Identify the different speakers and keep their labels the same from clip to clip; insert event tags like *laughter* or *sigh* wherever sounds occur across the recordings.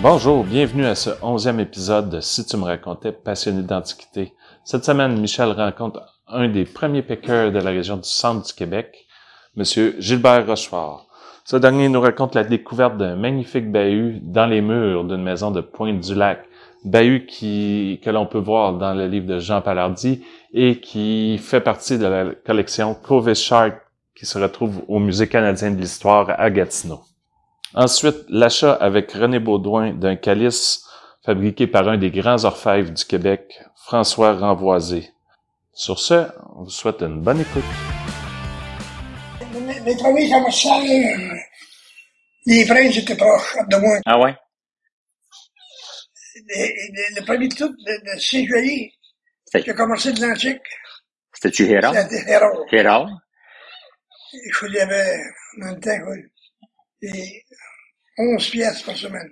Speaker 1: Bonjour, bienvenue à ce onzième épisode de Si tu me racontais, passionné d'antiquité. Cette semaine, Michel rencontre un des premiers piqueurs de la région du centre du Québec, Monsieur Gilbert Rochefort. Ce dernier nous raconte la découverte d'un magnifique bahut dans les murs d'une maison de Pointe-du-Lac, bahut qui, que l'on peut voir dans le livre de Jean Palardy et qui fait partie de la collection Covey Shark qui se retrouve au Musée canadien de l'histoire à Gatineau. Ensuite, l'achat avec René Baudouin d'un calice fabriqué par un des grands orfèvres du Québec, François Renvoisé. Sur ce, on vous souhaite une bonne écoute.
Speaker 2: Mes mes premiers commerçants, euh, les Fringes étaient proches de moi.
Speaker 3: Ah ouais?
Speaker 2: Les- les- le premier de tout, le, le CGI,
Speaker 3: C'est-
Speaker 2: qui a commencé de l'antique,
Speaker 3: C'était-tu Hérard?
Speaker 2: c'était Héros.
Speaker 3: Hérard?
Speaker 2: Je lui avais, en même temps, quoi, des 11 pièces par semaine.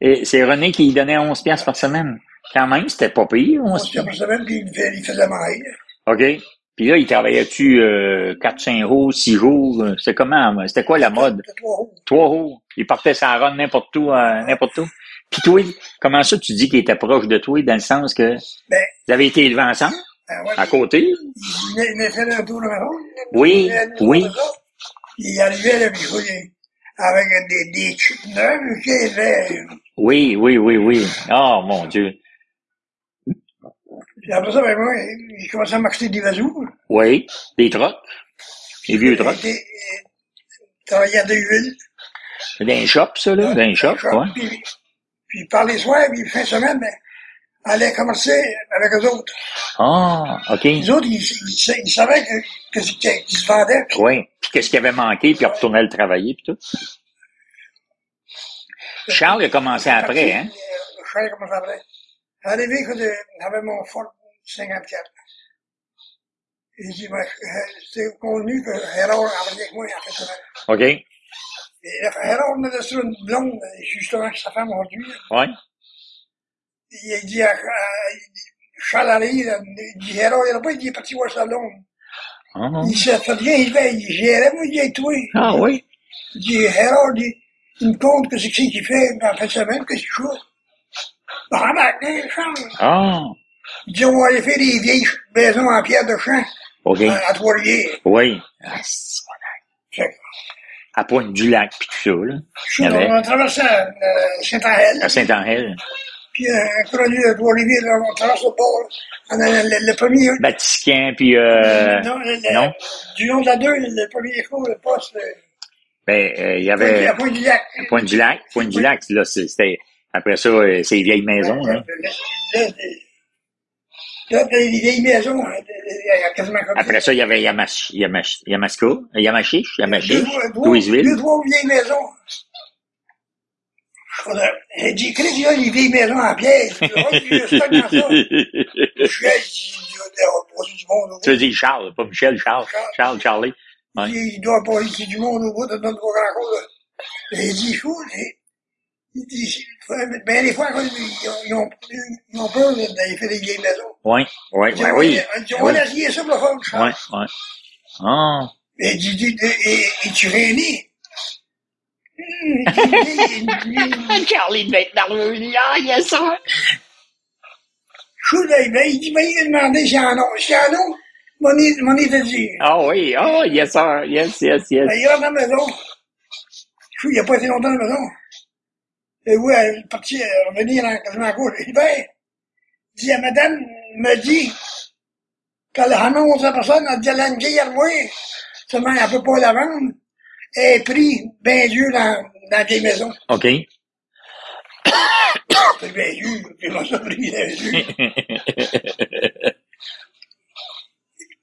Speaker 3: Et c'est René qui donnait 11 piastres par semaine. Quand même, c'était pas pire,
Speaker 2: 11
Speaker 3: 11
Speaker 2: pièces
Speaker 3: piastres.
Speaker 2: par semaine, puis il, faisait- il faisait maille.
Speaker 3: OK. Puis là, il travaillait-tu euh, 4-5 jours, 6 jours? euh, C'était comment? euh, C'était quoi la mode?
Speaker 2: De trois roues.
Speaker 3: 3 jours. Il partait sa run n'importe où, euh, n'importe où. Puis toi, comment ça tu dis qu'il était proche de toi dans le sens que
Speaker 2: Ben,
Speaker 3: vous avez été élevés ensemble,
Speaker 2: ah ouais,
Speaker 3: à côté?
Speaker 2: il venait- il venait faire un tour de maison.
Speaker 3: Oui,
Speaker 2: Il venait-
Speaker 3: oui.
Speaker 2: Il arrivait, là, puis je voyais, avec des, des chips neufs, qui étaient-
Speaker 3: Oui, oui, oui, oui. Oh mon Dieu.
Speaker 2: Puis après ça, ben, moi, j'ai commencé à m'acheter des vasos.
Speaker 3: Oui. Des trocs. Des vieux
Speaker 2: J'ai
Speaker 3: trocs.
Speaker 2: été, euh, Travailler à deux huiles.
Speaker 3: D'un shop, ça, là? D'un shop, quoi.
Speaker 2: Puis, puis par les soirs, puis fin de semaine, ben, allait commencer avec eux autres.
Speaker 3: Ah, OK.
Speaker 2: Les autres, ils, ils, sa- ils savaient que, que, que- qu'ils se vendaient.
Speaker 3: Oui. Puis qu'est-ce qui avait manqué, puis il retournait le travailler, puis tout. Charles a commencé après, hein?
Speaker 2: Je savais comment ça après. Arrivé que de- j'avais mon Ford 54. Et j'ai ben, c'était convenu que Harold en venait avec moi en fin de semaine.
Speaker 3: OK.
Speaker 2: Et Harold me sur une blonde, euh, justement, sa femme aujourd'hui.
Speaker 3: Oui.
Speaker 2: il a dit à, à- il dit, Charles arrive, là, il dit, Héros, il a pas, il est parti voir sa blonde.
Speaker 3: Ah,
Speaker 2: Il s'est fait bien, il va, il dit, J'irai, moi, j'ai tué.
Speaker 3: Ah, oui.
Speaker 2: Il dit, Héros, il dit, il me compte que c'est que c'est qu'il fait en fin de semaine, qu'est-ce qu'il fait? Bah, maintenant, Charles.
Speaker 3: Ah,
Speaker 2: Il dit, on va aller faire des vieilles maisons en pierre de champ
Speaker 3: OK.
Speaker 2: à, à Trois-Rivières.
Speaker 3: Oui. Ah, c'est-
Speaker 2: Fait que,
Speaker 3: À pointe du lac, puis tout ça, là.
Speaker 2: je-
Speaker 3: Il y avait-
Speaker 2: On a traversé euh, Saint-Angèle,
Speaker 3: À Saint-Angèle.
Speaker 2: puis euh, un produit de Trois-Rivières, là, on traverse le port. On a le, le premier.
Speaker 3: Vatican, puis... Euh,
Speaker 2: non, le- le-
Speaker 3: non.
Speaker 2: Du nom de la deux, le premier coup, le poste. euh,
Speaker 3: ben, euh, il y
Speaker 2: La
Speaker 3: avait
Speaker 2: pointe du lac.
Speaker 3: pointe du lac. Pointe du lac, là, c'est- c'était... Après ça, euh, c'est les vieilles maisons, là.
Speaker 2: Là, là, t'as des vieilles maisons, hein, t'as- quasiment comme
Speaker 3: Après ça, il y avait Yamash, Yamash, Yamaska,
Speaker 2: deux,
Speaker 3: Yamachiche,
Speaker 2: *laughs*
Speaker 3: Yamachiche,
Speaker 2: trois- trois-
Speaker 3: Louisville.
Speaker 2: deux, trois vieilles maisons. Faudrait- J'ai dit, Chris, il y a des vieilles maisons en pierre. Je dis, Ouais, je suis stock dans ça. Je suis là, je dis, il doit- il doit reposer du monde au
Speaker 3: Tu veux
Speaker 2: bout.
Speaker 3: dire Charles, pas Michel, Charles. Charles, Charlie. ouais.
Speaker 2: Il il doit reposer du monde au bout de notre grand chose. là. J'ai dit, fou, j'ai- il dit, ben, des fois, quand ils ont, ils ont, ils ont peur d'aller faire des vieilles maisons.
Speaker 3: Oui, oui,
Speaker 2: Ils
Speaker 3: oui,
Speaker 2: ont-
Speaker 3: ben oui.
Speaker 2: Ils ont essayé ça pour le fun,
Speaker 3: Oui,
Speaker 2: Charles.
Speaker 3: oui. Ah,
Speaker 2: Et, tu dis- et, et, et tu réunis. Hum, tu dis-
Speaker 4: Charlie devait être nerveux. Il dit, Ah, il y a ça.
Speaker 2: Chou, là, ben, il dit, ben, il a demandé si en ont. Si en ont, mon île- mon île de dire.
Speaker 3: ah oui, ah, yes, sir, yes, yes, yes.
Speaker 2: Ben, il rentre dans la maison. Chou, il a pas été longtemps dans la maison. Et oui, elle est partie, elle est revenue dans quasiment à gauche. Il dit, ben, il dit, la madame me dit, quand le hameau, on personne, elle dit, elle a une vieille armoire. Seulement, elle peut pas la vendre. Elle est prise, ben, Dieu, dans, dans des maisons.
Speaker 3: OK.
Speaker 2: C'est bien sûr, puis moi, ça, bien sûr.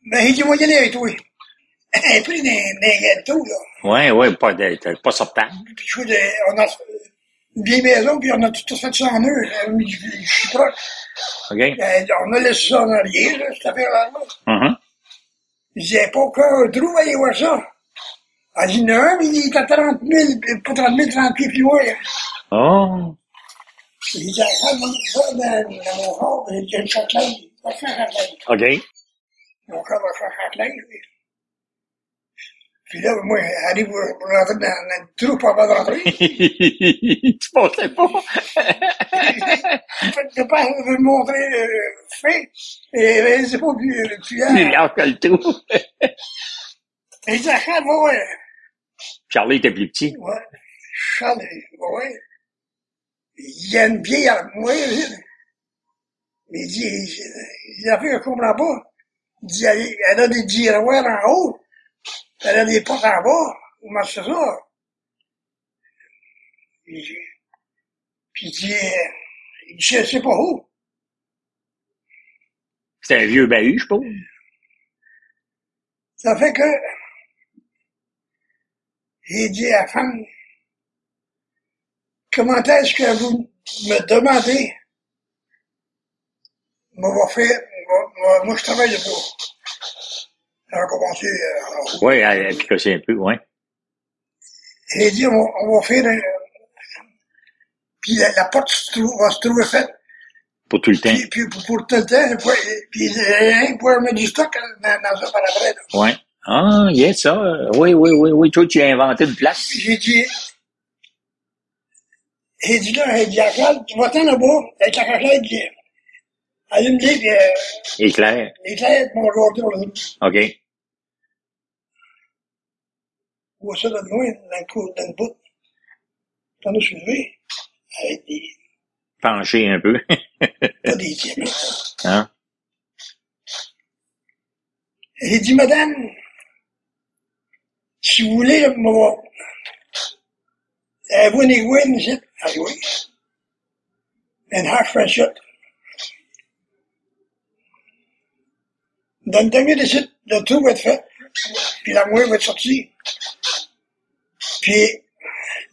Speaker 2: Ben, il dit, moi, y aller avec toi. Elle a pris des, des gâteaux, là.
Speaker 3: Oui, oui, pas, de- pas sortable.
Speaker 2: Puis, je fais des, on a une vieille maison, puis on a tout fait ça en eux. Elle me dit, Je suis proche.
Speaker 3: OK?
Speaker 2: Elle dit, On a laissé ça en arrière, là, cette affaire-là.
Speaker 3: Mhm.
Speaker 2: J'ai pas qu'un trou, allez voir ça. Elle dit, non, mais il est à 30 000, pas 30 000, 30 pieds plus loin.
Speaker 3: Oh,
Speaker 2: J'ai dit, Ah, ça, dans, ça, dans, dans mon corps, j'ai dit, une châtelaine, pas de châtelaine.
Speaker 3: OK.
Speaker 2: Mon corps va faire un plein. Puis là, moi, allez, vous, vous rentrez dans, dans le trou pour avoir rentré.
Speaker 3: *laughs* tu pensais pas?
Speaker 2: Je pas vous montrer le fait. Et ben, c'est pas plus le
Speaker 3: Il
Speaker 2: tuyau.
Speaker 3: large que le trou.
Speaker 2: Et ça, Charles, va ouais.
Speaker 3: Charlie était plus petit.
Speaker 2: Ouais. Charles, va ouais. Il y a une vieille armoire, là. Mais il dit, il a fait, je comprends pas. Il dit, elle, elle a des tiroirs en haut. Elle a des portes en bas. Comment c'est ça? Et j'ai- Puis il dit, euh, je sais pas où.
Speaker 3: C'était un vieux bahut, je suppose.
Speaker 2: Ça fait que j'ai dit à la femme, comment est-ce que vous me demandez, moi, va faire, moi, moi, moi, je travaille de vous. Elle a commencé, euh,
Speaker 3: Oui, à, à picosser un peu, oui.
Speaker 2: j'ai dit, on, on va faire, un- puis la, la porte se trouve, va se trouver faite,
Speaker 3: Pour tout le temps.
Speaker 2: puis, puis pour, pour tout le temps, puis, puis euh, pour mettre du stock dans, dans ça par après. là.
Speaker 3: Oui. Ah, yes, ça. euh, Oui, oui, oui, oui. Toi, tu as inventé une place.
Speaker 2: J'ai dit, j'ai dit là, j'ai dit à Claude, tu vas-t'en là-bas, avec la caclette, j'ai dit, allume les puis euh,
Speaker 3: Éclair.
Speaker 2: éclaire mon jour là,
Speaker 3: OK.
Speaker 2: vois ça de loin, dans le cou, dans le bout. T'en as soulevé, avec des,
Speaker 3: Penché un peu. *laughs*
Speaker 2: pas des diamants.
Speaker 3: hein?
Speaker 2: J'ai dit, madame, si vous voulez, là, moi, euh, vous négouez, nous dites, ah oui, and half French shot. Dans le dernier des sites, le trou va être fait, puis la mouille va être sortie. Puis,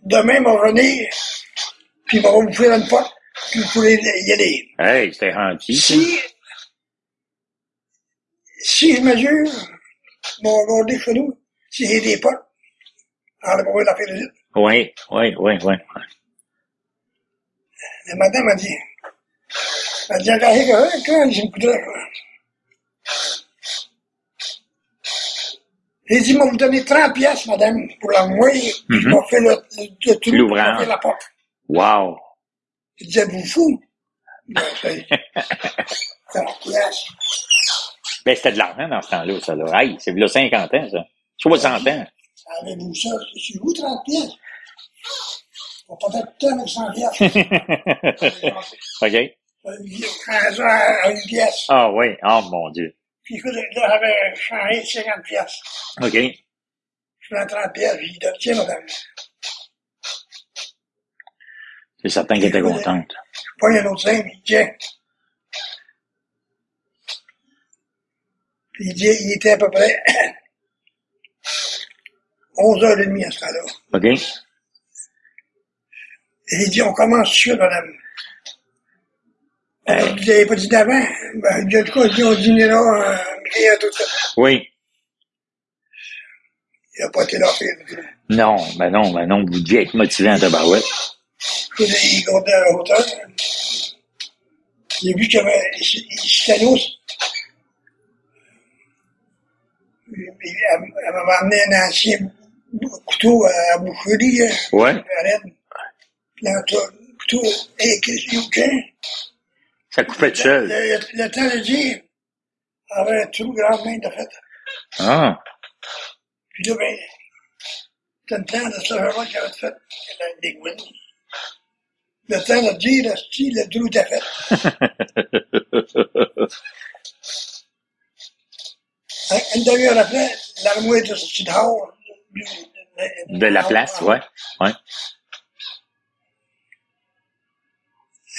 Speaker 2: demain, ils vont venir, puis ils vont vous faire une porte, puis vous pouvez y aller.
Speaker 3: Hey, c'était gentil. ça.
Speaker 2: Si, si je mesure mon gardé chez nous, si j'ai des potes, alors on va la faire visite.
Speaker 3: Oui, oui, oui, oui.
Speaker 2: La madame m'a dit, elle a dit, regardez, quand- quand j'ai une couleur. J'ai dit, moi, vous donnez 30 piastres, madame, pour la mouille, puis je vais faire le, le, le trou, puis je vais
Speaker 3: L'ouvrage.
Speaker 2: faire la porte.
Speaker 3: Wow.
Speaker 2: Il dit, êtes-vous fou? Ben, c'est 30 piastres.
Speaker 3: Ben, c'était de l'argent dans ce temps-là, ça, là. Hey, c'est là 50 ans, ça. 60 ans. *laughs*
Speaker 2: Avez-vous ça? C'est vous 30 pièces? On peut être tout avec 100
Speaker 3: *laughs*
Speaker 2: pièces.
Speaker 3: OK.
Speaker 2: Prends ça à une pièce.
Speaker 3: Ah, oui. Oh, mon Dieu.
Speaker 2: Puis écoute, là, j'avais changé 50 pièces.
Speaker 3: OK.
Speaker 2: Je prends 30 pièces, je lui donne, tiens, madame.
Speaker 3: C'est certain qu'elle était contente.
Speaker 2: Je prends un autre 5, puis tiens. Puis il, dit, il était à peu près *coughs* 11h30 à ce temps-là.
Speaker 3: OK?
Speaker 2: Et il dit, on commence sur, madame. Euh, vous n'avez pas dit d'avant? Ben, il dit, en tout cas, il dit, on dînera en rien, tout ça.
Speaker 3: Oui.
Speaker 2: Il n'a pas été là, fait. du tout.
Speaker 3: Non, ben non, ben non, vous deviez être motivé en tabarouette.
Speaker 2: Je faisais, il gardait à la hauteur. J'ai vu qu'il y avait, il il s'était là. Il- il- Elle elle m'a amené un ancien bou- couteau à boucherie, là,
Speaker 3: Ouais.
Speaker 2: à Rennes. Puis là, t'as un couteau, et qu'est-ce qu'il y a aucun?
Speaker 3: Ça coupait tout seul.
Speaker 2: Le, le- le temps de dire, avait un trou grand main de fait.
Speaker 3: Ah.
Speaker 2: Puis là, ben, c'est le temps de savoir qu'il avait fait la- des gouines. Le temps de dire, le style, le trou était
Speaker 3: *laughs*
Speaker 2: fait. Un- Une demi-heure après, l'armée était sortie dehors. du- du-
Speaker 3: De la place, ouais. Ouais.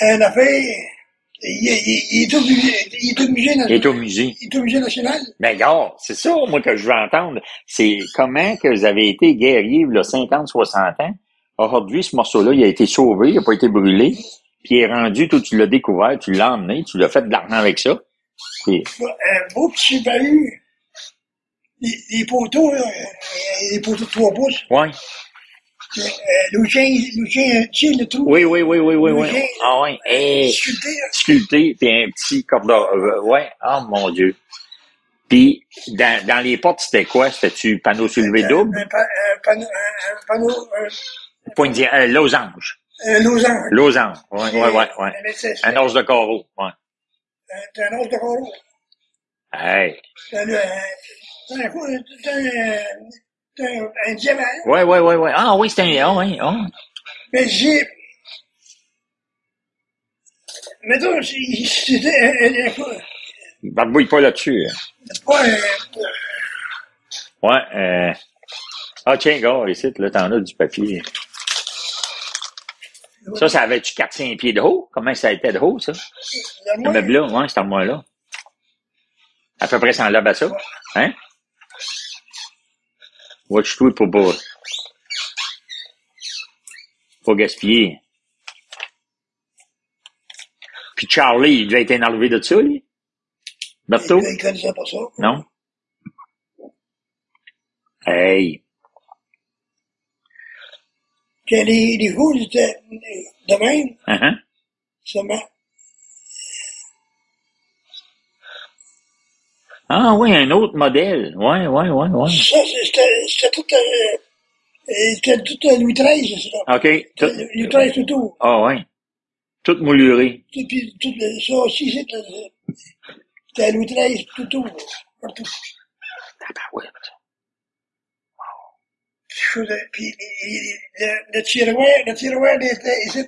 Speaker 2: Un affaire, il, il- il est obligé, il est obligé,
Speaker 3: Il est au
Speaker 2: national.
Speaker 3: musée.
Speaker 2: Il est obligé national.
Speaker 3: Ben, gars, c'est ça, moi, que je veux entendre. C'est comment que vous avez été guerrier, là, 50, 60 ans. Aujourd'hui, ce morceau-là, il a été sauvé, il n'a pas été brûlé. Puis il est rendu, toi, tu l'as découvert, tu l'as emmené, tu l'as fait de l'argent avec ça. Puis,
Speaker 2: un beau petit bahut. Les, les poteaux, là, euh, les poteaux de trois pouces.
Speaker 3: ouais.
Speaker 2: Euh, Lucien, Lucien, tu sais, le trou.
Speaker 3: Oui, oui, oui, oui, oui, oui. Ah, ouais. Hey.
Speaker 2: Sculpté, là.
Speaker 3: Sculpté, puis un petit cordon. euh, ouais. Oh, mon Dieu. Puis, dans, dans les portes, c'était quoi? C'était-tu panneau soulevé double?
Speaker 2: Un, pa- un panneau, un, un panneau, un,
Speaker 3: Point de dire, euh, losange.
Speaker 2: un losange.
Speaker 3: Losange. Ouais, ouais, ouais, ouais.
Speaker 2: Mais c'est- c'est
Speaker 3: Un os de carreau. Ouais.
Speaker 2: un os de coraux.
Speaker 3: Hey.
Speaker 2: C'est un, c'est un, c'est un, c'est un, un diamant.
Speaker 3: Ouais, ouais, ouais, ouais. Ah oui, c'est un, ah oui, ah.
Speaker 2: Mais j'ai. Mettons, j'ai- c'était un- un- un-
Speaker 3: Barbouille Bah, pas là-dessus. hein.
Speaker 2: pas un.
Speaker 3: Ouais, euh... Ah, tiens, gars, ici, là, t'en as du papier. Ça, ça avait-tu 4-5 pieds de haut? Comment ça était de haut, ça?
Speaker 2: le
Speaker 3: Le
Speaker 2: moins-
Speaker 3: meuble là, ouais, c'est en moi là. À peu près, ça enlève à ça. Hein? Watch-toi pour pas. Pas gaspiller. Puis Charlie, il devait être enlevé de ça, lui? Berthaud?
Speaker 2: Il connaissait pas ça.
Speaker 3: Non? Hey!
Speaker 2: Que les, les roues étaient de même,
Speaker 3: Hein, hein?
Speaker 2: seulement.
Speaker 3: Ah oui, un autre modèle. Ouais, ouais, ouais, ouais.
Speaker 2: Ça, c'est- c'était c'était tout. euh, euh, C'était tout euh, Louis XIII, c'est ça.
Speaker 3: OK.
Speaker 2: C'était Eh, Louis XIII
Speaker 3: Tout...
Speaker 2: tout autour.
Speaker 3: Ah ouais. Tout mouluré.
Speaker 2: Tout, puis, tout, le- ça aussi, c'était. C'était eh, Louis XIII tout autour. Partout.
Speaker 3: Tabarouette.
Speaker 2: Puis, puis il- il- le, le tiroir, le tiroir était ici.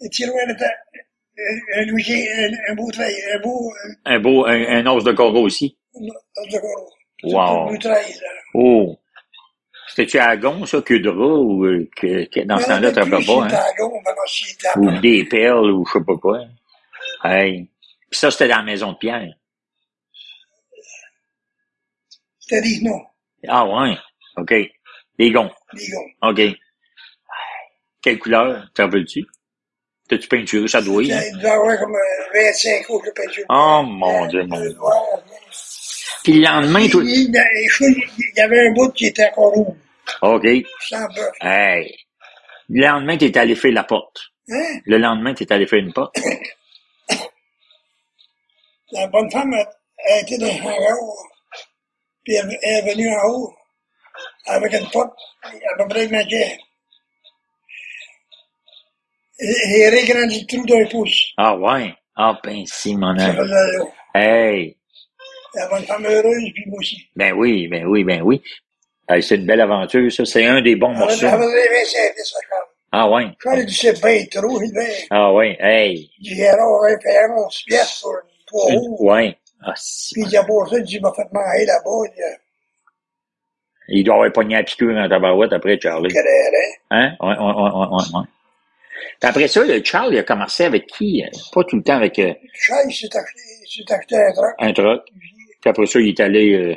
Speaker 2: Le tiroir était un, un, eh, Louis- un, un beau trai- un beau euh,
Speaker 3: Un beau, un, un os de corbeau aussi.
Speaker 2: os de coraux.
Speaker 3: Wow.
Speaker 2: Louis XIII, là.
Speaker 3: Oh! C'était-tu à Agon, ça, que de rat, ou euh, que, que dans ce
Speaker 2: Non,
Speaker 3: temps-là,
Speaker 2: même
Speaker 3: t'avais
Speaker 2: plus,
Speaker 3: pas,
Speaker 2: c'était
Speaker 3: hein?
Speaker 2: à Londres, alors, c'était à-
Speaker 3: Ou des perles, ou je sais pas quoi. Hey! Puis ça, c'était dans la maison de Pierre.
Speaker 2: C'était des noms,
Speaker 3: Ah ouais? OK. Des gonds.
Speaker 2: des gonds.
Speaker 3: OK. Hey. Quelle couleur? T'en veux-tu? T'as-tu peinturé? Ça doit
Speaker 2: Il
Speaker 3: hein?
Speaker 2: devait avoir comme euh, 25 coups de peinture.
Speaker 3: Oh mon Dieu, mon Dieu. Puis le lendemain,
Speaker 2: Il,
Speaker 3: tout...
Speaker 2: il- il- je crois qu'il- il y avait un bout qui était encore rouge,
Speaker 3: OK.
Speaker 2: sans bœuf.
Speaker 3: Hey! Le lendemain, t'es allé faire la porte.
Speaker 2: Hein?
Speaker 3: Le lendemain, t'es allé faire une porte.
Speaker 2: La bonne femme a, a été dans le hangar, puis elle, elle est venue en haut, avec une pote, à peu près de ma gueule. Et elle régrandit le trou d'un pouce.
Speaker 3: Ah ouais? Ah ben si, mon
Speaker 2: Ça
Speaker 3: âme.
Speaker 2: faisait là.
Speaker 3: Hey!
Speaker 2: La bonne femme heureuse, puis moi aussi.
Speaker 3: Ben oui, ben oui, ben oui. Hey, c'est une belle aventure, ça. C'est un des bons
Speaker 2: Elle
Speaker 3: morceaux.
Speaker 2: faisait 25 et 50.
Speaker 3: Ah ouais.
Speaker 2: Quand il dit c'est bien trop, il dit,
Speaker 3: Ah ouais. Hey.
Speaker 2: il dit, alors, on va faire 11 pièces pour une poids
Speaker 3: Une-
Speaker 2: rouge.
Speaker 3: Ouais. Ah, si.
Speaker 2: Puis il a posé, il dit, m'a fait manger là-bas, il a
Speaker 3: Il doit avoir pogné la piqûre en tabarouette après Charlie.
Speaker 2: créé,
Speaker 3: Hein? Ouais, ouais, ouais, ouais, ouais, ouais. Puis Après ça, le Charles, il a commencé avec qui? Pas tout le temps avec euh,
Speaker 2: Charles s'est acheté, il s'est acheté un truc.
Speaker 3: un truck. Puis après ça, il est allé... euh,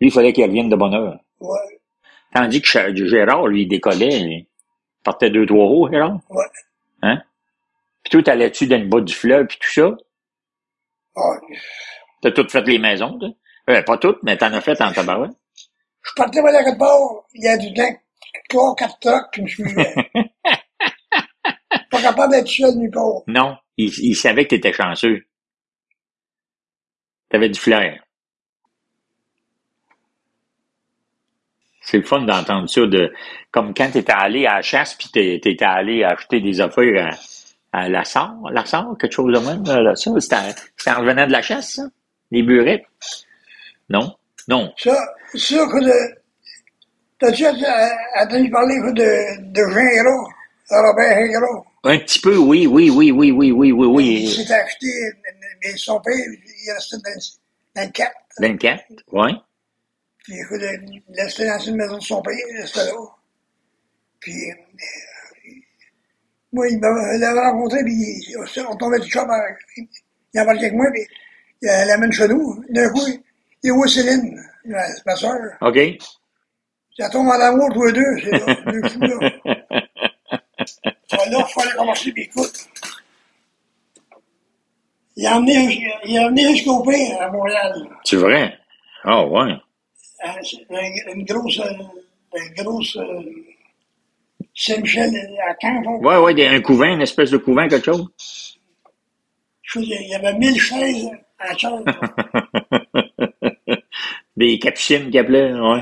Speaker 3: lui, il fallait qu'il revienne de bonne heure.
Speaker 2: Ouais,
Speaker 3: Tandis que Char- Gérard, lui, il décollait. lui. Il partait deux, trois roues, Gérard. Hein?
Speaker 2: ouais.
Speaker 3: Puis toi, t'allais-tu dans le bas du fleuve, puis tout ça?
Speaker 2: Ah,
Speaker 3: T'as toutes fait les maisons, toi? Euh, pas toutes, mais t'en as fait en tabarouette.
Speaker 2: Je partais voir quelque part, il y a du temps, trois, quatre trucs qui me suivaient. Pas capable d'être seul nulle part.
Speaker 3: Non, il, il savait que t'étais chanceux. T'avais du flair. C'est le fun d'entendre ça, de comme quand t'étais allé à la chasse, puis t'es- t'étais allé acheter des affaires à, à la Sarre, la Sarre, quelque chose de même, là, là, ça, c'était c'était en revenant de la chasse, ça? Les burettes? Non? Non.
Speaker 2: Ça, ça que de... T'as déjà euh, entendu parler que de, de Jean Hérault, Robert Hérault?
Speaker 3: Un petit peu, oui, oui, oui, oui, oui, oui, oui,
Speaker 2: Il
Speaker 3: oui.
Speaker 2: s'est acheté, mais son père, il restait dans, dans le cap.
Speaker 3: 24, oui.
Speaker 2: Puis écoute, euh, il restait dans une maison de son père, il restait là. Puis, euh, moi, il m'avait il l'avait rencontré, puis il- on on tombait du shop, euh, il embarquait avec moi, puis il l'amène chez nous. D'un coup, il il dit, où est Céline? Il dit, C'est ma soeur.
Speaker 3: OK.
Speaker 2: Ça tombe en amour, tous les deux, c'est là, *laughs* deux fous, là. Alors, il fallait commencer, puis écoute. Il a emmené, jus- il a emmené jusqu'au père à Montréal.
Speaker 3: C'est vrai? Ah, ouais.
Speaker 2: Hein, c'est Une, une grosse, euh, une grosse euh, Saint-Michel à Caen. là.
Speaker 3: Ouais, ouais, des- un couvent, une espèce de couvent, quelque chose.
Speaker 2: Je veux dire, Il y avait mille chaises à en
Speaker 3: *laughs*
Speaker 2: chose.
Speaker 3: Des capucines qui appelaient, ouais.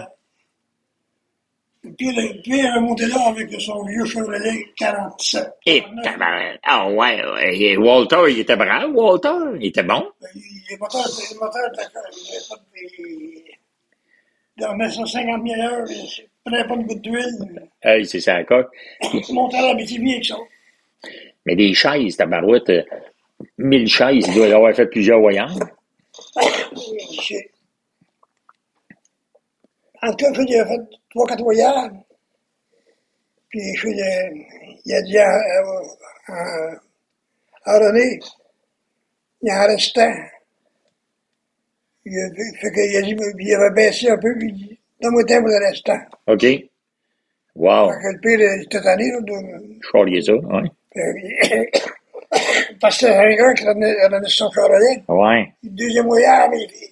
Speaker 2: puis, le- puis il est remonté là avec son vieux Chevrolet 47.
Speaker 3: Et Eh, tabarnak. Ah ouais, ouais. Et Walter, il était brave, Walter. Il était bon.
Speaker 2: ben, Les moteurs, les moteurs, d'accord, il avait pas de- il- il dormait sur 50 000 heures, il prenait pas de goutte
Speaker 3: *laughs*
Speaker 2: d'huile,
Speaker 3: Hey, c'est ça, la coque.
Speaker 2: il montait à la BTV avec ça.
Speaker 3: Mais des chaises, tabarouette. euh, Mille chaises, il doit y avoir fait plusieurs voyants.
Speaker 2: Shit. En tout cas, Phil, il a fait trois, quatre voyages. Puis Phil, euh, il a dit à, à- à- à René, il en restait. Il a, dit- fait qu'il a dit, il avait baissé un peu, puis il dit, donne-moi le temps pour le restant.
Speaker 3: OK? Wow.
Speaker 2: Fait né, que le pire, il était tanné, là, *coughs* de-
Speaker 3: Je charriais ça, ouais.
Speaker 2: *coughs* fait que- parce que c'est un gars qui revenait revenait sur son Chevrolet.
Speaker 3: Ouais.
Speaker 2: Le deuxième voyage, mais il-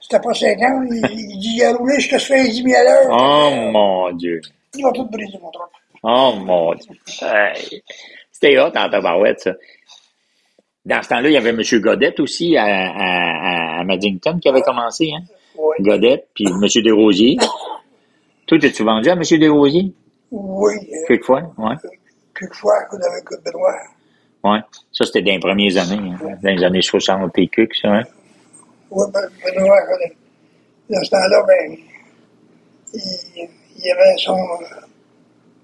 Speaker 2: c'était pas 50, il, il dit, il a roulé jusqu'à 70 000 à l'heure.
Speaker 3: Oh
Speaker 2: Fait que, euh,
Speaker 3: mon Dieu.
Speaker 2: Ils vont tout briser, mon truc.
Speaker 3: Oh mon Dieu. Hey. C'était hot en tabarouette, ça. Dans ce temps-là, il y avait M. Godette aussi à, à, à- à Madington qui avait commencé, hein?
Speaker 2: Oui.
Speaker 3: Godette, puis M. Desrosiers. Tout est-tu vendu à M. Desrosiers?
Speaker 2: Oui, euh,
Speaker 3: Quelquefois, ouais.
Speaker 2: quelquefois, qu'on avait que Benoît.
Speaker 3: Ouais. Ça, c'était dans les premières années, hein. dans les années 60 et quelques, ça, hein?
Speaker 2: Oui, ben, Benoît, euh, dans ce temps-là, ben, il, il avait son,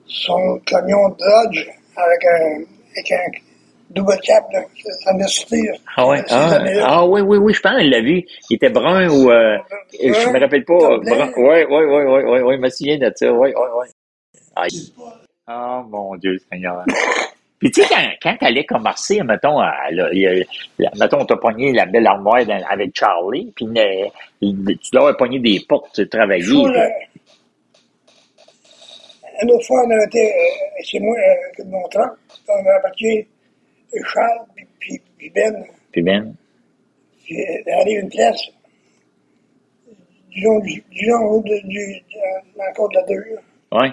Speaker 2: son camion Dodge avec un, avec un double cap, là, ça venait de sortir.
Speaker 3: Ah ouais,
Speaker 2: ces
Speaker 3: ah,
Speaker 2: années-là.
Speaker 3: ah oui, oui, oui, je pense, il l'a vu. Il était brun ou euh, je me rappelle pas.
Speaker 2: Brun,
Speaker 3: Brun.
Speaker 2: blanc.
Speaker 3: Ouais, ouais, ouais, ouais, ouais, ouais, je me souviens de ça. Ouais, ouais, ouais. Aïe. Ah mon Dieu, Seigneur. Puis tu sais, quand, quand t'allais commencer, mettons, à, là, il y a- là, mettons, t'as pogné la belle armoire dans- avec Charlie, puis euh, il- tu dois avoir pogné des portes, tu travaillais.
Speaker 2: Chose, euh, une autre fois, on avait été euh, chez moi, euh, avec mon truck, on avait apporté Charles, puis, puis, puis Ben.
Speaker 3: Puis ben,
Speaker 2: Puis, euh, arrive une place, disons, du- disons au haut de, du, de- dans le cours de la deux, là.
Speaker 3: ouais,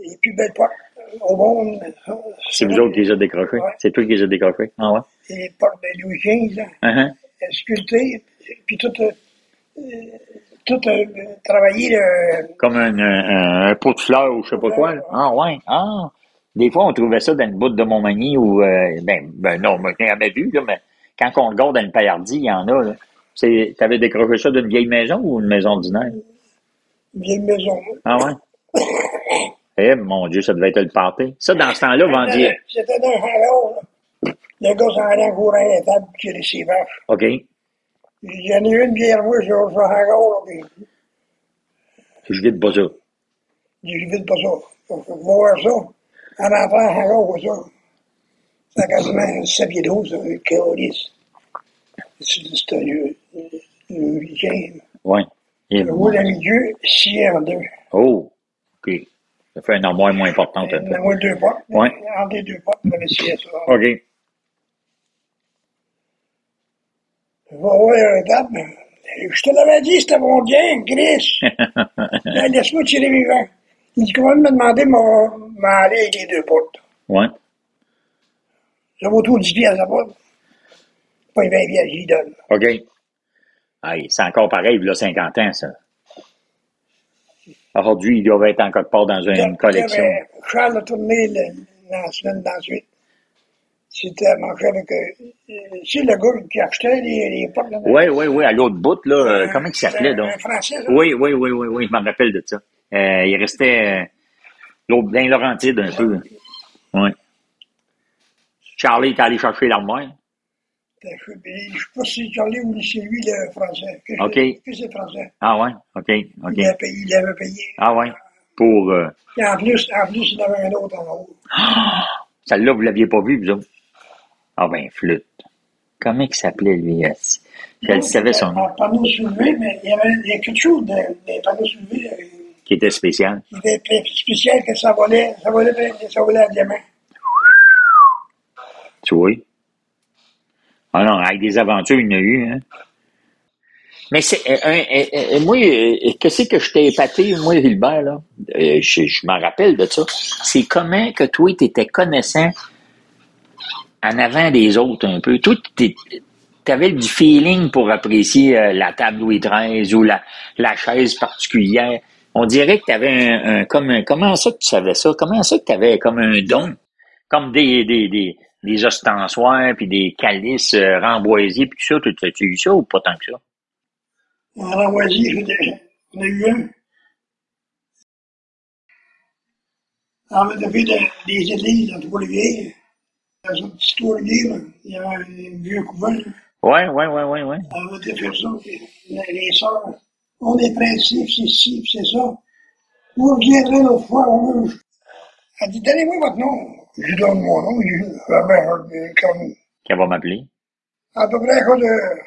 Speaker 2: et puis belle porte euh, au monde. euh,
Speaker 3: c'est vous autres qui les a décrochés.
Speaker 2: Ouais.
Speaker 3: C'est toi qui les a décrochés. Ah ouais.
Speaker 2: Et les portes de Louis XV, là,
Speaker 3: Uh-huh.
Speaker 2: euh, sculptées, puis tout, euh, euh, tout euh, travaillé. là,
Speaker 3: Comme un, un, un pot de fleurs ou je sais pas quoi. là. Ah ouais, ah. Des fois, on trouvait ça dans une boute de Montmagny ou, euh, ben, ben non, moi, je n'ai jamais vu, là, mais quand on le garde dans une paillardie, il y en a, là. C'est- T'avais décroché ça d'une vieille maison ou une maison ordinaire?
Speaker 2: une vieille maison.
Speaker 3: Ah ouais? Eh mon Dieu, ça devait être le pâté. Ça, dans ce temps-là, vendier.
Speaker 2: C'était dans un haut, là. Le gars s'en allait en courant à la table, tirer ses vaches.
Speaker 3: OK.
Speaker 2: J'ai dit, j'en ai une bière, moi, je vais en encore, là, puis
Speaker 3: Je vide pas ça.
Speaker 2: J'ai dit, vite pas ça. Faut faut voir ça. En rentrant, encore, voir ça. C'est quasiment 7 pieds d'eau, ça, le Carolis. C'est euh, c'est un lieu. Le week-end.
Speaker 3: Ouais. Eh,
Speaker 2: Le haut d'un milieu, 6 en deux.
Speaker 3: Oh. OK. Ça fait une armoire moins importante. un peu.
Speaker 2: Le haut deux portes.
Speaker 3: Ouais.
Speaker 2: Entre les deux portes, le six ça.
Speaker 3: OK.
Speaker 2: Je vais voir un table. Je te l'avais dit, c'était mon bien,
Speaker 3: *laughs*
Speaker 2: Chris. Là, Laisse-moi tirer mes vents. Il dit, comment me demander mon, m'en aller avec les deux portes?
Speaker 3: Ouais.
Speaker 2: Ça vaut tout 10 piastres, la porte. Pas 20 piastres, j'y donne.
Speaker 3: OK. Aïe, c'est encore pareil, il y a 50 ans, ça. Aujourd'hui, il doit être en quelque part dans une collection.
Speaker 2: J'avais- euh, Charles a tourné le- la semaine d'ensuite. C'était mangé avec. euh, euh, c'est le gars qui achetait les, les portes. là.
Speaker 3: Oui, oui, oui, à l'autre bout, là, euh, comment il s'appelait,
Speaker 2: Un-
Speaker 3: donc?
Speaker 2: Un français, là.
Speaker 3: Oui, oui, oui, oui, oui, je m'en rappelle de ça. Euh, il restait euh, l'autre, dans Laurentide un peu. Oui. Charlie est allé chercher l'armoire.
Speaker 2: Je ne sais pas si Charlie ou c'est lui, le français. Que
Speaker 3: OK.
Speaker 2: Que c'est français.
Speaker 3: Ah ouais, ok, ok.
Speaker 2: Il, a payé, il avait payé.
Speaker 3: Ah ouais, pour... euh,
Speaker 2: Et en plus, en plus, il y en avait un autre euh, en haut.
Speaker 3: Celle-là, vous l'aviez pas vue, vous autres? Ah ben, flûte. Comment il s'appelait, lui? euh, si- Je le savais, son nom,
Speaker 2: Un panneau soulevé, mais il y avait il y a quelque chose de- des panneaux soulevés euh,
Speaker 3: qui était spécial.
Speaker 2: qui était très spécial que ça volait, ça volait, ça volait à diamant.
Speaker 3: Tu vois? Ah non, avec des aventures, il y en a eu, hein? Mais c'est. euh, un- euh, euh, moi, euh, qu'est-ce que je t'ai épaté, moi, Gilbert, là? Euh, je je m'en rappelle de ça. C'est comment que toi, t'étais connaissant en avant des autres un peu. Toi, t'es- t'avais du feeling pour apprécier euh, la table Louis XIII ou la, la chaise particulière. On dirait que t'avais un, un, comme un, comment ça que tu savais ça? Comment ça que t'avais comme un don? Comme des, des, des, des ostensoirs puis des calices euh, ramboisiers puis tout ça. Tu, tu, tu as eu ça ou pas tant que ça?
Speaker 2: En Ravoisier, j'en ai- j'en ai eu un. En fait, Ah, depuis de- des églises dans Trois-Rivières, dans un petit Trois-Rivières, là, il y avait un vieux couvent. là.
Speaker 3: Ouais, ouais, ouais, ouais, ouais.
Speaker 2: On va te faire ça. puis Les, les sœurs ont des principes, c'est ci, puis c'est ça. Vous reviendrez l'autre fois, on veut. Elle dit, donnez-moi votre nom. Je lui donne mon nom. Je dis, ah ben, euh, comme,
Speaker 3: Qu'elle va m'appeler.
Speaker 2: à peu près, quoi, de,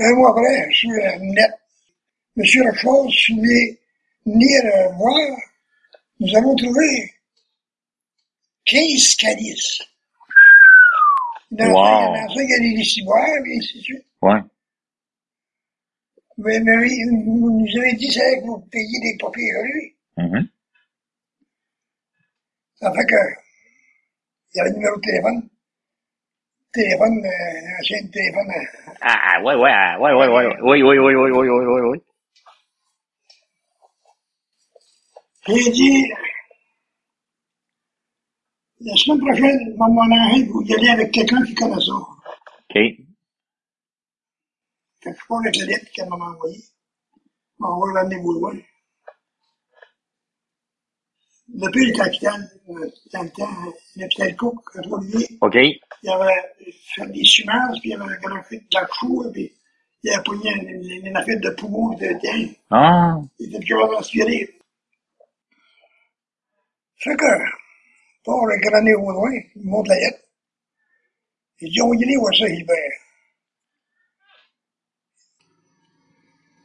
Speaker 2: un mois après, je suis euh, net. Monsieur Rochefort, si vous voulez venir euh, voir, nous avons trouvé 15 calices. Dans
Speaker 3: Wow.
Speaker 2: dans ça, il y a les lissiboires, et ainsi de suite.
Speaker 3: Ouais.
Speaker 2: Mais, mais oui, vous nous avez dit, c'est vrai que vous payez des papiers à lui.
Speaker 3: Mhm.
Speaker 2: Ça fait que, il y avait le numéro de téléphone. Téléphone, euh, ancien téléphone. euh,
Speaker 3: Ah, ah, ouais, ouais, ah, ouais, ouais, ouais, ouais. Oui, oui, oui, oui, oui, oui, oui, oui.
Speaker 2: J'ai dit, la semaine prochaine, maman Henri, vous y allez avec quelqu'un qui connaît ça.
Speaker 3: OK.
Speaker 2: Fait que je prends la lettre qu'elle m'a envoyée. Bon, On va l'amener vous loin. Le pire était à Aquitaine, euh, dans le temps, l'hôpital Cook, à Trois-Rivières.
Speaker 3: OK.
Speaker 2: il avait fait des sumages, puis il avait grimpé de la foule, puis il avait pogné une, une- une affaire de poumon, de dents.
Speaker 3: Ah,
Speaker 2: Il était plus capable d'inspirer. Fait que, pour le grané au loin, il monte la lettre. Il dit, on y est où ça, Hilbert?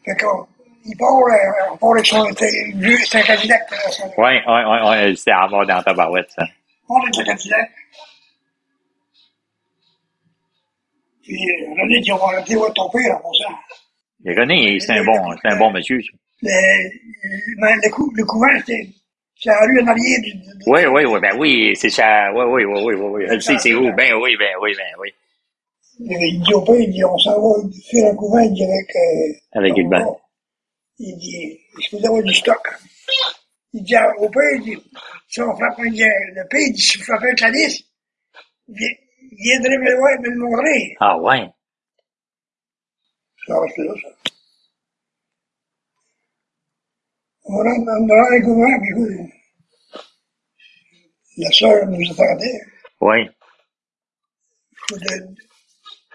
Speaker 2: Fait qu'on, il part, euh, on part avec son, c'était un vieux- c'était un Cadillac, euh, son-
Speaker 3: ouais, ouais, ouais, ouais. C'était à avoir dans ta barouette, ça.
Speaker 2: on est à Cadillac. Puis euh, René dit, on va arrêter ouais, ton père, bon sang.
Speaker 3: Mais René, c'est un bon, c'est un bon monsieur, ça.
Speaker 2: Le, euh, ben, le, le, cou, le couvent, c'est c'est la rue en arrière du... du- du-
Speaker 3: Oui, oui, oui, ben oui, c'est ça. Oui, oui, oui, oui, oui, oui. Je le sais, c'est où? Ben oui, ben oui, ben oui.
Speaker 2: Il dit au père, il dit, on s'en va faire un couvent, il dit avec... Euh,
Speaker 3: Avec
Speaker 2: Thomas.
Speaker 3: Hilbert.
Speaker 2: Il dit, je peux avoir du stock. Il dit au père, il dit, si on frappe un... il dit, Le père, il dit, si vous frappez un calice, vi- viendrez me le voir, me le montrer.
Speaker 3: Ah, ouais.
Speaker 2: Ça va, c'est là, ça. On rentre dans dans le couvent, puis écoute, la sœur nous attendait.
Speaker 3: Oui.
Speaker 2: Ou de-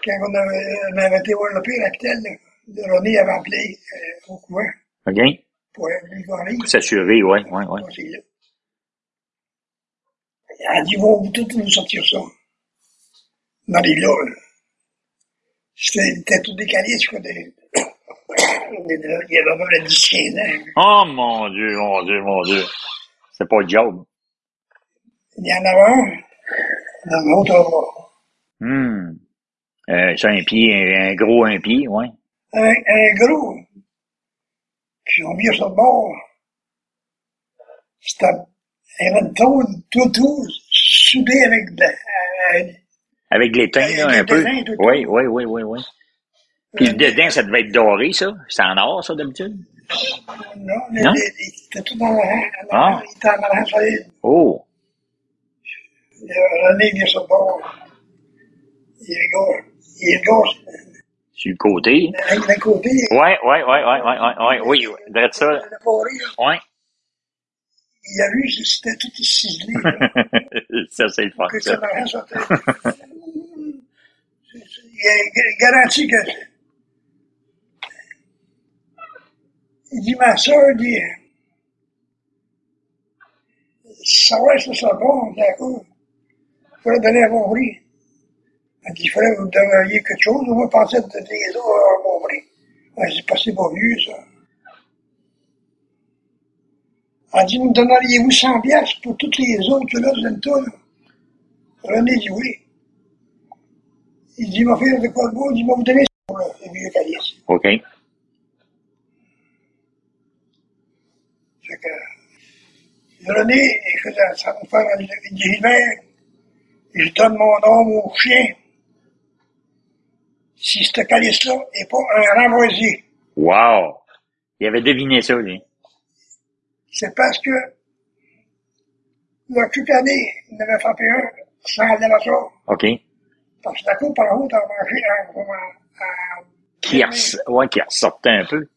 Speaker 2: quand on avait, on avait été voir le pire à Pitel, là, de René avait appelé euh, au couvent
Speaker 3: OK.
Speaker 2: pour lui parler.
Speaker 3: Pour s'assurer, oui, oui, oui.
Speaker 2: Bon, c'est là. Elle a dit, vont vous tous nous sortir ça. Dans les lots, là. C'était c'était tout décalé, je crois. de- Il y avait pas la 10-15 ans.
Speaker 3: Oh, mon Dieu, mon Dieu, mon Dieu. C'est pas le job.
Speaker 2: Il y en avait un, dans l'autre,
Speaker 3: Hum. Euh, c'est un pied, un, un gros un pied, oui.
Speaker 2: un, un gros. Puis on vient sur le bord. C'était un tour, tout, tout, soudé avec de, la- euh,
Speaker 3: Avec de l'étain, là, un
Speaker 2: Avec
Speaker 3: peu.
Speaker 2: de l'étain, tout le
Speaker 3: Oui, oui, oui, oui, oui. Puis le dedans, ça devait être doré, ça. C'est en or, ça, d'habitude.
Speaker 2: non,
Speaker 3: Non?
Speaker 2: non? c'était tout dans la
Speaker 3: Ah.
Speaker 2: Il était en allant solide.
Speaker 3: Oh.
Speaker 2: René vient sur le bord. Il est gauche. Il est gauche.
Speaker 3: Sur le côté.
Speaker 2: Avec d'un côté.
Speaker 3: Ouais, ouais, ouais, ouais, ouais, ouais, ouais, oui, oui. Drette ça.
Speaker 2: Le pauvre, là,
Speaker 3: Ouais. *laughs*
Speaker 2: il a vu, c'était tout ciselé.
Speaker 3: *laughs* ça, c'est le fun,
Speaker 2: que
Speaker 3: ça.
Speaker 2: ça marche sur terre. C'est- c'est- Il est ga- garanti que. Il dit, ma soeur dit, ça va, ça sera bon, d'accord. Il faudrait donner un bon prix. Elle dit, il faudrait que vous donneriez quelque chose, on va penser de donner les autres à un bon prix. Elle dit, pas c'est pas vieux, ça. Elle dit, vous me donneriez-vous 100 piastres pour toutes les autres, là, je donne tout, là. René dit oui. Il dit, ma fille, de quoi de beau? Il dit, va vous donner ça, là, le vieux calice.
Speaker 3: OK.
Speaker 2: Fait que, René, il faisait ça pour faire, il dit, Gilbert, je donne mon nom au chien. si ce calice-là n'est pas un renvoisier.
Speaker 3: Wow! Il avait deviné ça, lui.
Speaker 2: C'est parce que le cucané il avait frappé un sans l'élévateur.
Speaker 3: OK.
Speaker 2: Parce que la coupe par route a mangé en, en, en- Ben
Speaker 3: Qui, res- ouais, qui ressortait un peu.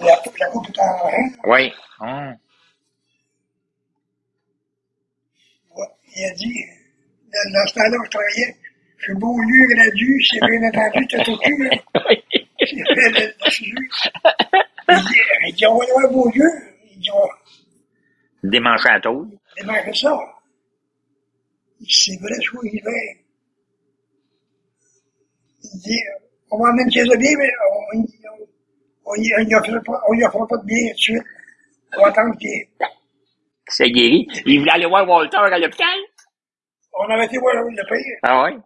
Speaker 2: la, la coupe est en rang.
Speaker 3: Oui.
Speaker 2: Hum.
Speaker 3: Ah.
Speaker 2: Ouais. Il a dit, dans, dans ce temps-là, je travaillais, je suis beau lieu, gradu, c'est bien entendu, t'as tout cul, là. J'ai fait le le sujet. Il dit, il dit, on va aller voir beau lieu. Il dit, on
Speaker 3: Démanché à tôle.
Speaker 2: va démarrer ça. Il dit, C'est vrai, je vois hiver. Il dit, euh, on va emmener chez eux bien, mais on, on, on, y- on, y offre pas- on y offre pas de bien tout de suite. On va attendre qu'il
Speaker 3: C'est guéri. Il voulait aller voir Walter à l'hôpital.
Speaker 2: On avait été voir le pays.
Speaker 3: Ah ouais?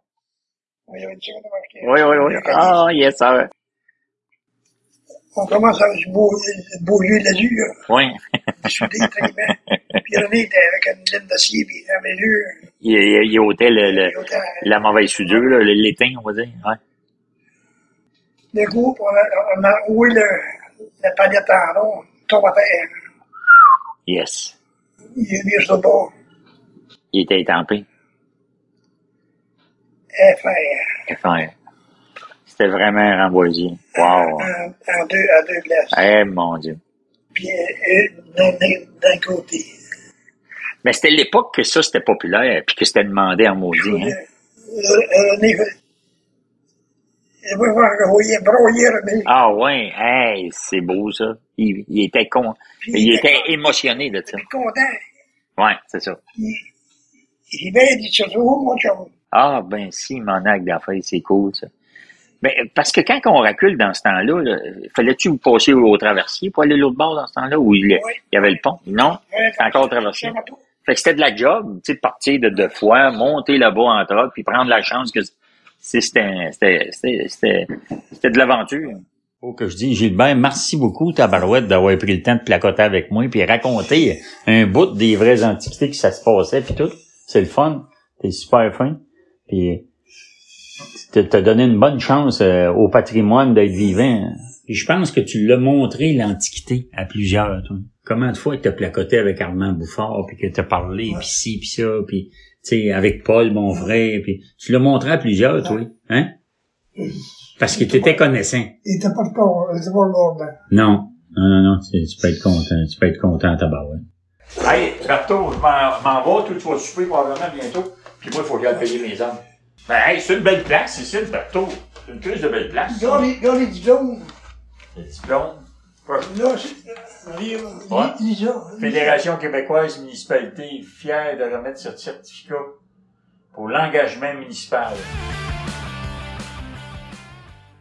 Speaker 2: On y avait dit ça, on avait été-
Speaker 3: Oui, oui, oui. Ah, yes, sir.
Speaker 2: On commence avec du beau, du beau lieu de l'azur,
Speaker 3: *laughs*
Speaker 2: là,
Speaker 3: Oui.
Speaker 2: soudé tranquillement. Puis René était avec une laine d'acier, puis il avait les yeux.
Speaker 3: Il, il, il ôtait le, le-
Speaker 2: puis autant-
Speaker 3: la mauvaise soudure, là, le- l'étain, on va dire. Ouais.
Speaker 2: Le groupe, on a, on a oué le, la palette en rond, tombe à terre.
Speaker 3: Yes.
Speaker 2: Il est mis sur le bord.
Speaker 3: Il était étampé.
Speaker 2: Et faire
Speaker 3: Enfin, C'était vraiment un renvoisier. Wow.
Speaker 2: en, en deux, à deux glaces.
Speaker 3: Eh, mon Dieu.
Speaker 2: Puis euh, euh, d'un- d'un d'un côté.
Speaker 3: Mais c'était l'époque que ça, c'était populaire, puis que c'était demandé en maudit.
Speaker 2: Le-
Speaker 3: Hein?
Speaker 2: le- René fait. Et moi, je voyais broyer René.
Speaker 3: Ah ouais, hey, c'est beau ça. Il, il était con,
Speaker 2: Puis
Speaker 3: il était émotionné de ça.
Speaker 2: content.
Speaker 3: Ouais, c'est ça.
Speaker 2: Il, il m'aide, il se trouve, mon chum.
Speaker 3: Ah ben si, mon acte d'affaires, c'est cool ça. Mais euh, parce que quand on recule dans ce temps-là, là, fallait-tu vous passer au, au traversier pour aller l'autre bord dans ce temps-là où il,
Speaker 2: Oui.
Speaker 3: il y avait le pont Non, c'est encore traversé. Fait que c'était de la job, tu sais, de partir de deux fois, monter là-bas en troc, puis prendre la chance que c'est- c'était c'était c'était c'était c'était de l'aventure.
Speaker 5: Faut que je dis, Gilbert, merci beaucoup, Tabarouette, d'avoir pris le temps de placoter avec moi, puis raconter un bout des vraies antiquités que ça se passait, puis tout. C'est le fun. T'es super fin. Puis t'as t'as donné une bonne chance euh, au patrimoine d'être vivant. Puis je pense que tu l'as montré, l'antiquité, à plusieurs. toi. Comment de fois que t'as placoté avec Armand Bouffard, puis que t'as parlé, puis ci, puis ça, puis tu sais, avec Paul, mon frère, puis tu l'as montré à plusieurs, toi. Hein? Parce que t'étais connaissant.
Speaker 2: Il était pas de corps, il était pas lourd.
Speaker 5: Non. Non, non, non, tu, tu peux être content. Tu peux être content, tabarouette. Hey, Berto, je m'en- m'en vais, toi, tu vas souper probablement bientôt. Puis moi, il faut que j'aille payer mes hommes. Ben, hey, c'est une belle place ici, le Berto. C'est une crise de belle place.
Speaker 2: Dans les, dans les diplômes,
Speaker 5: Le diplôme.
Speaker 2: là, c'est, euh, Marie,
Speaker 5: Ouais.
Speaker 2: euh, Lisa,
Speaker 5: Fédération québécoise municipalité fière de remettre ce certificat pour l'engagement municipal.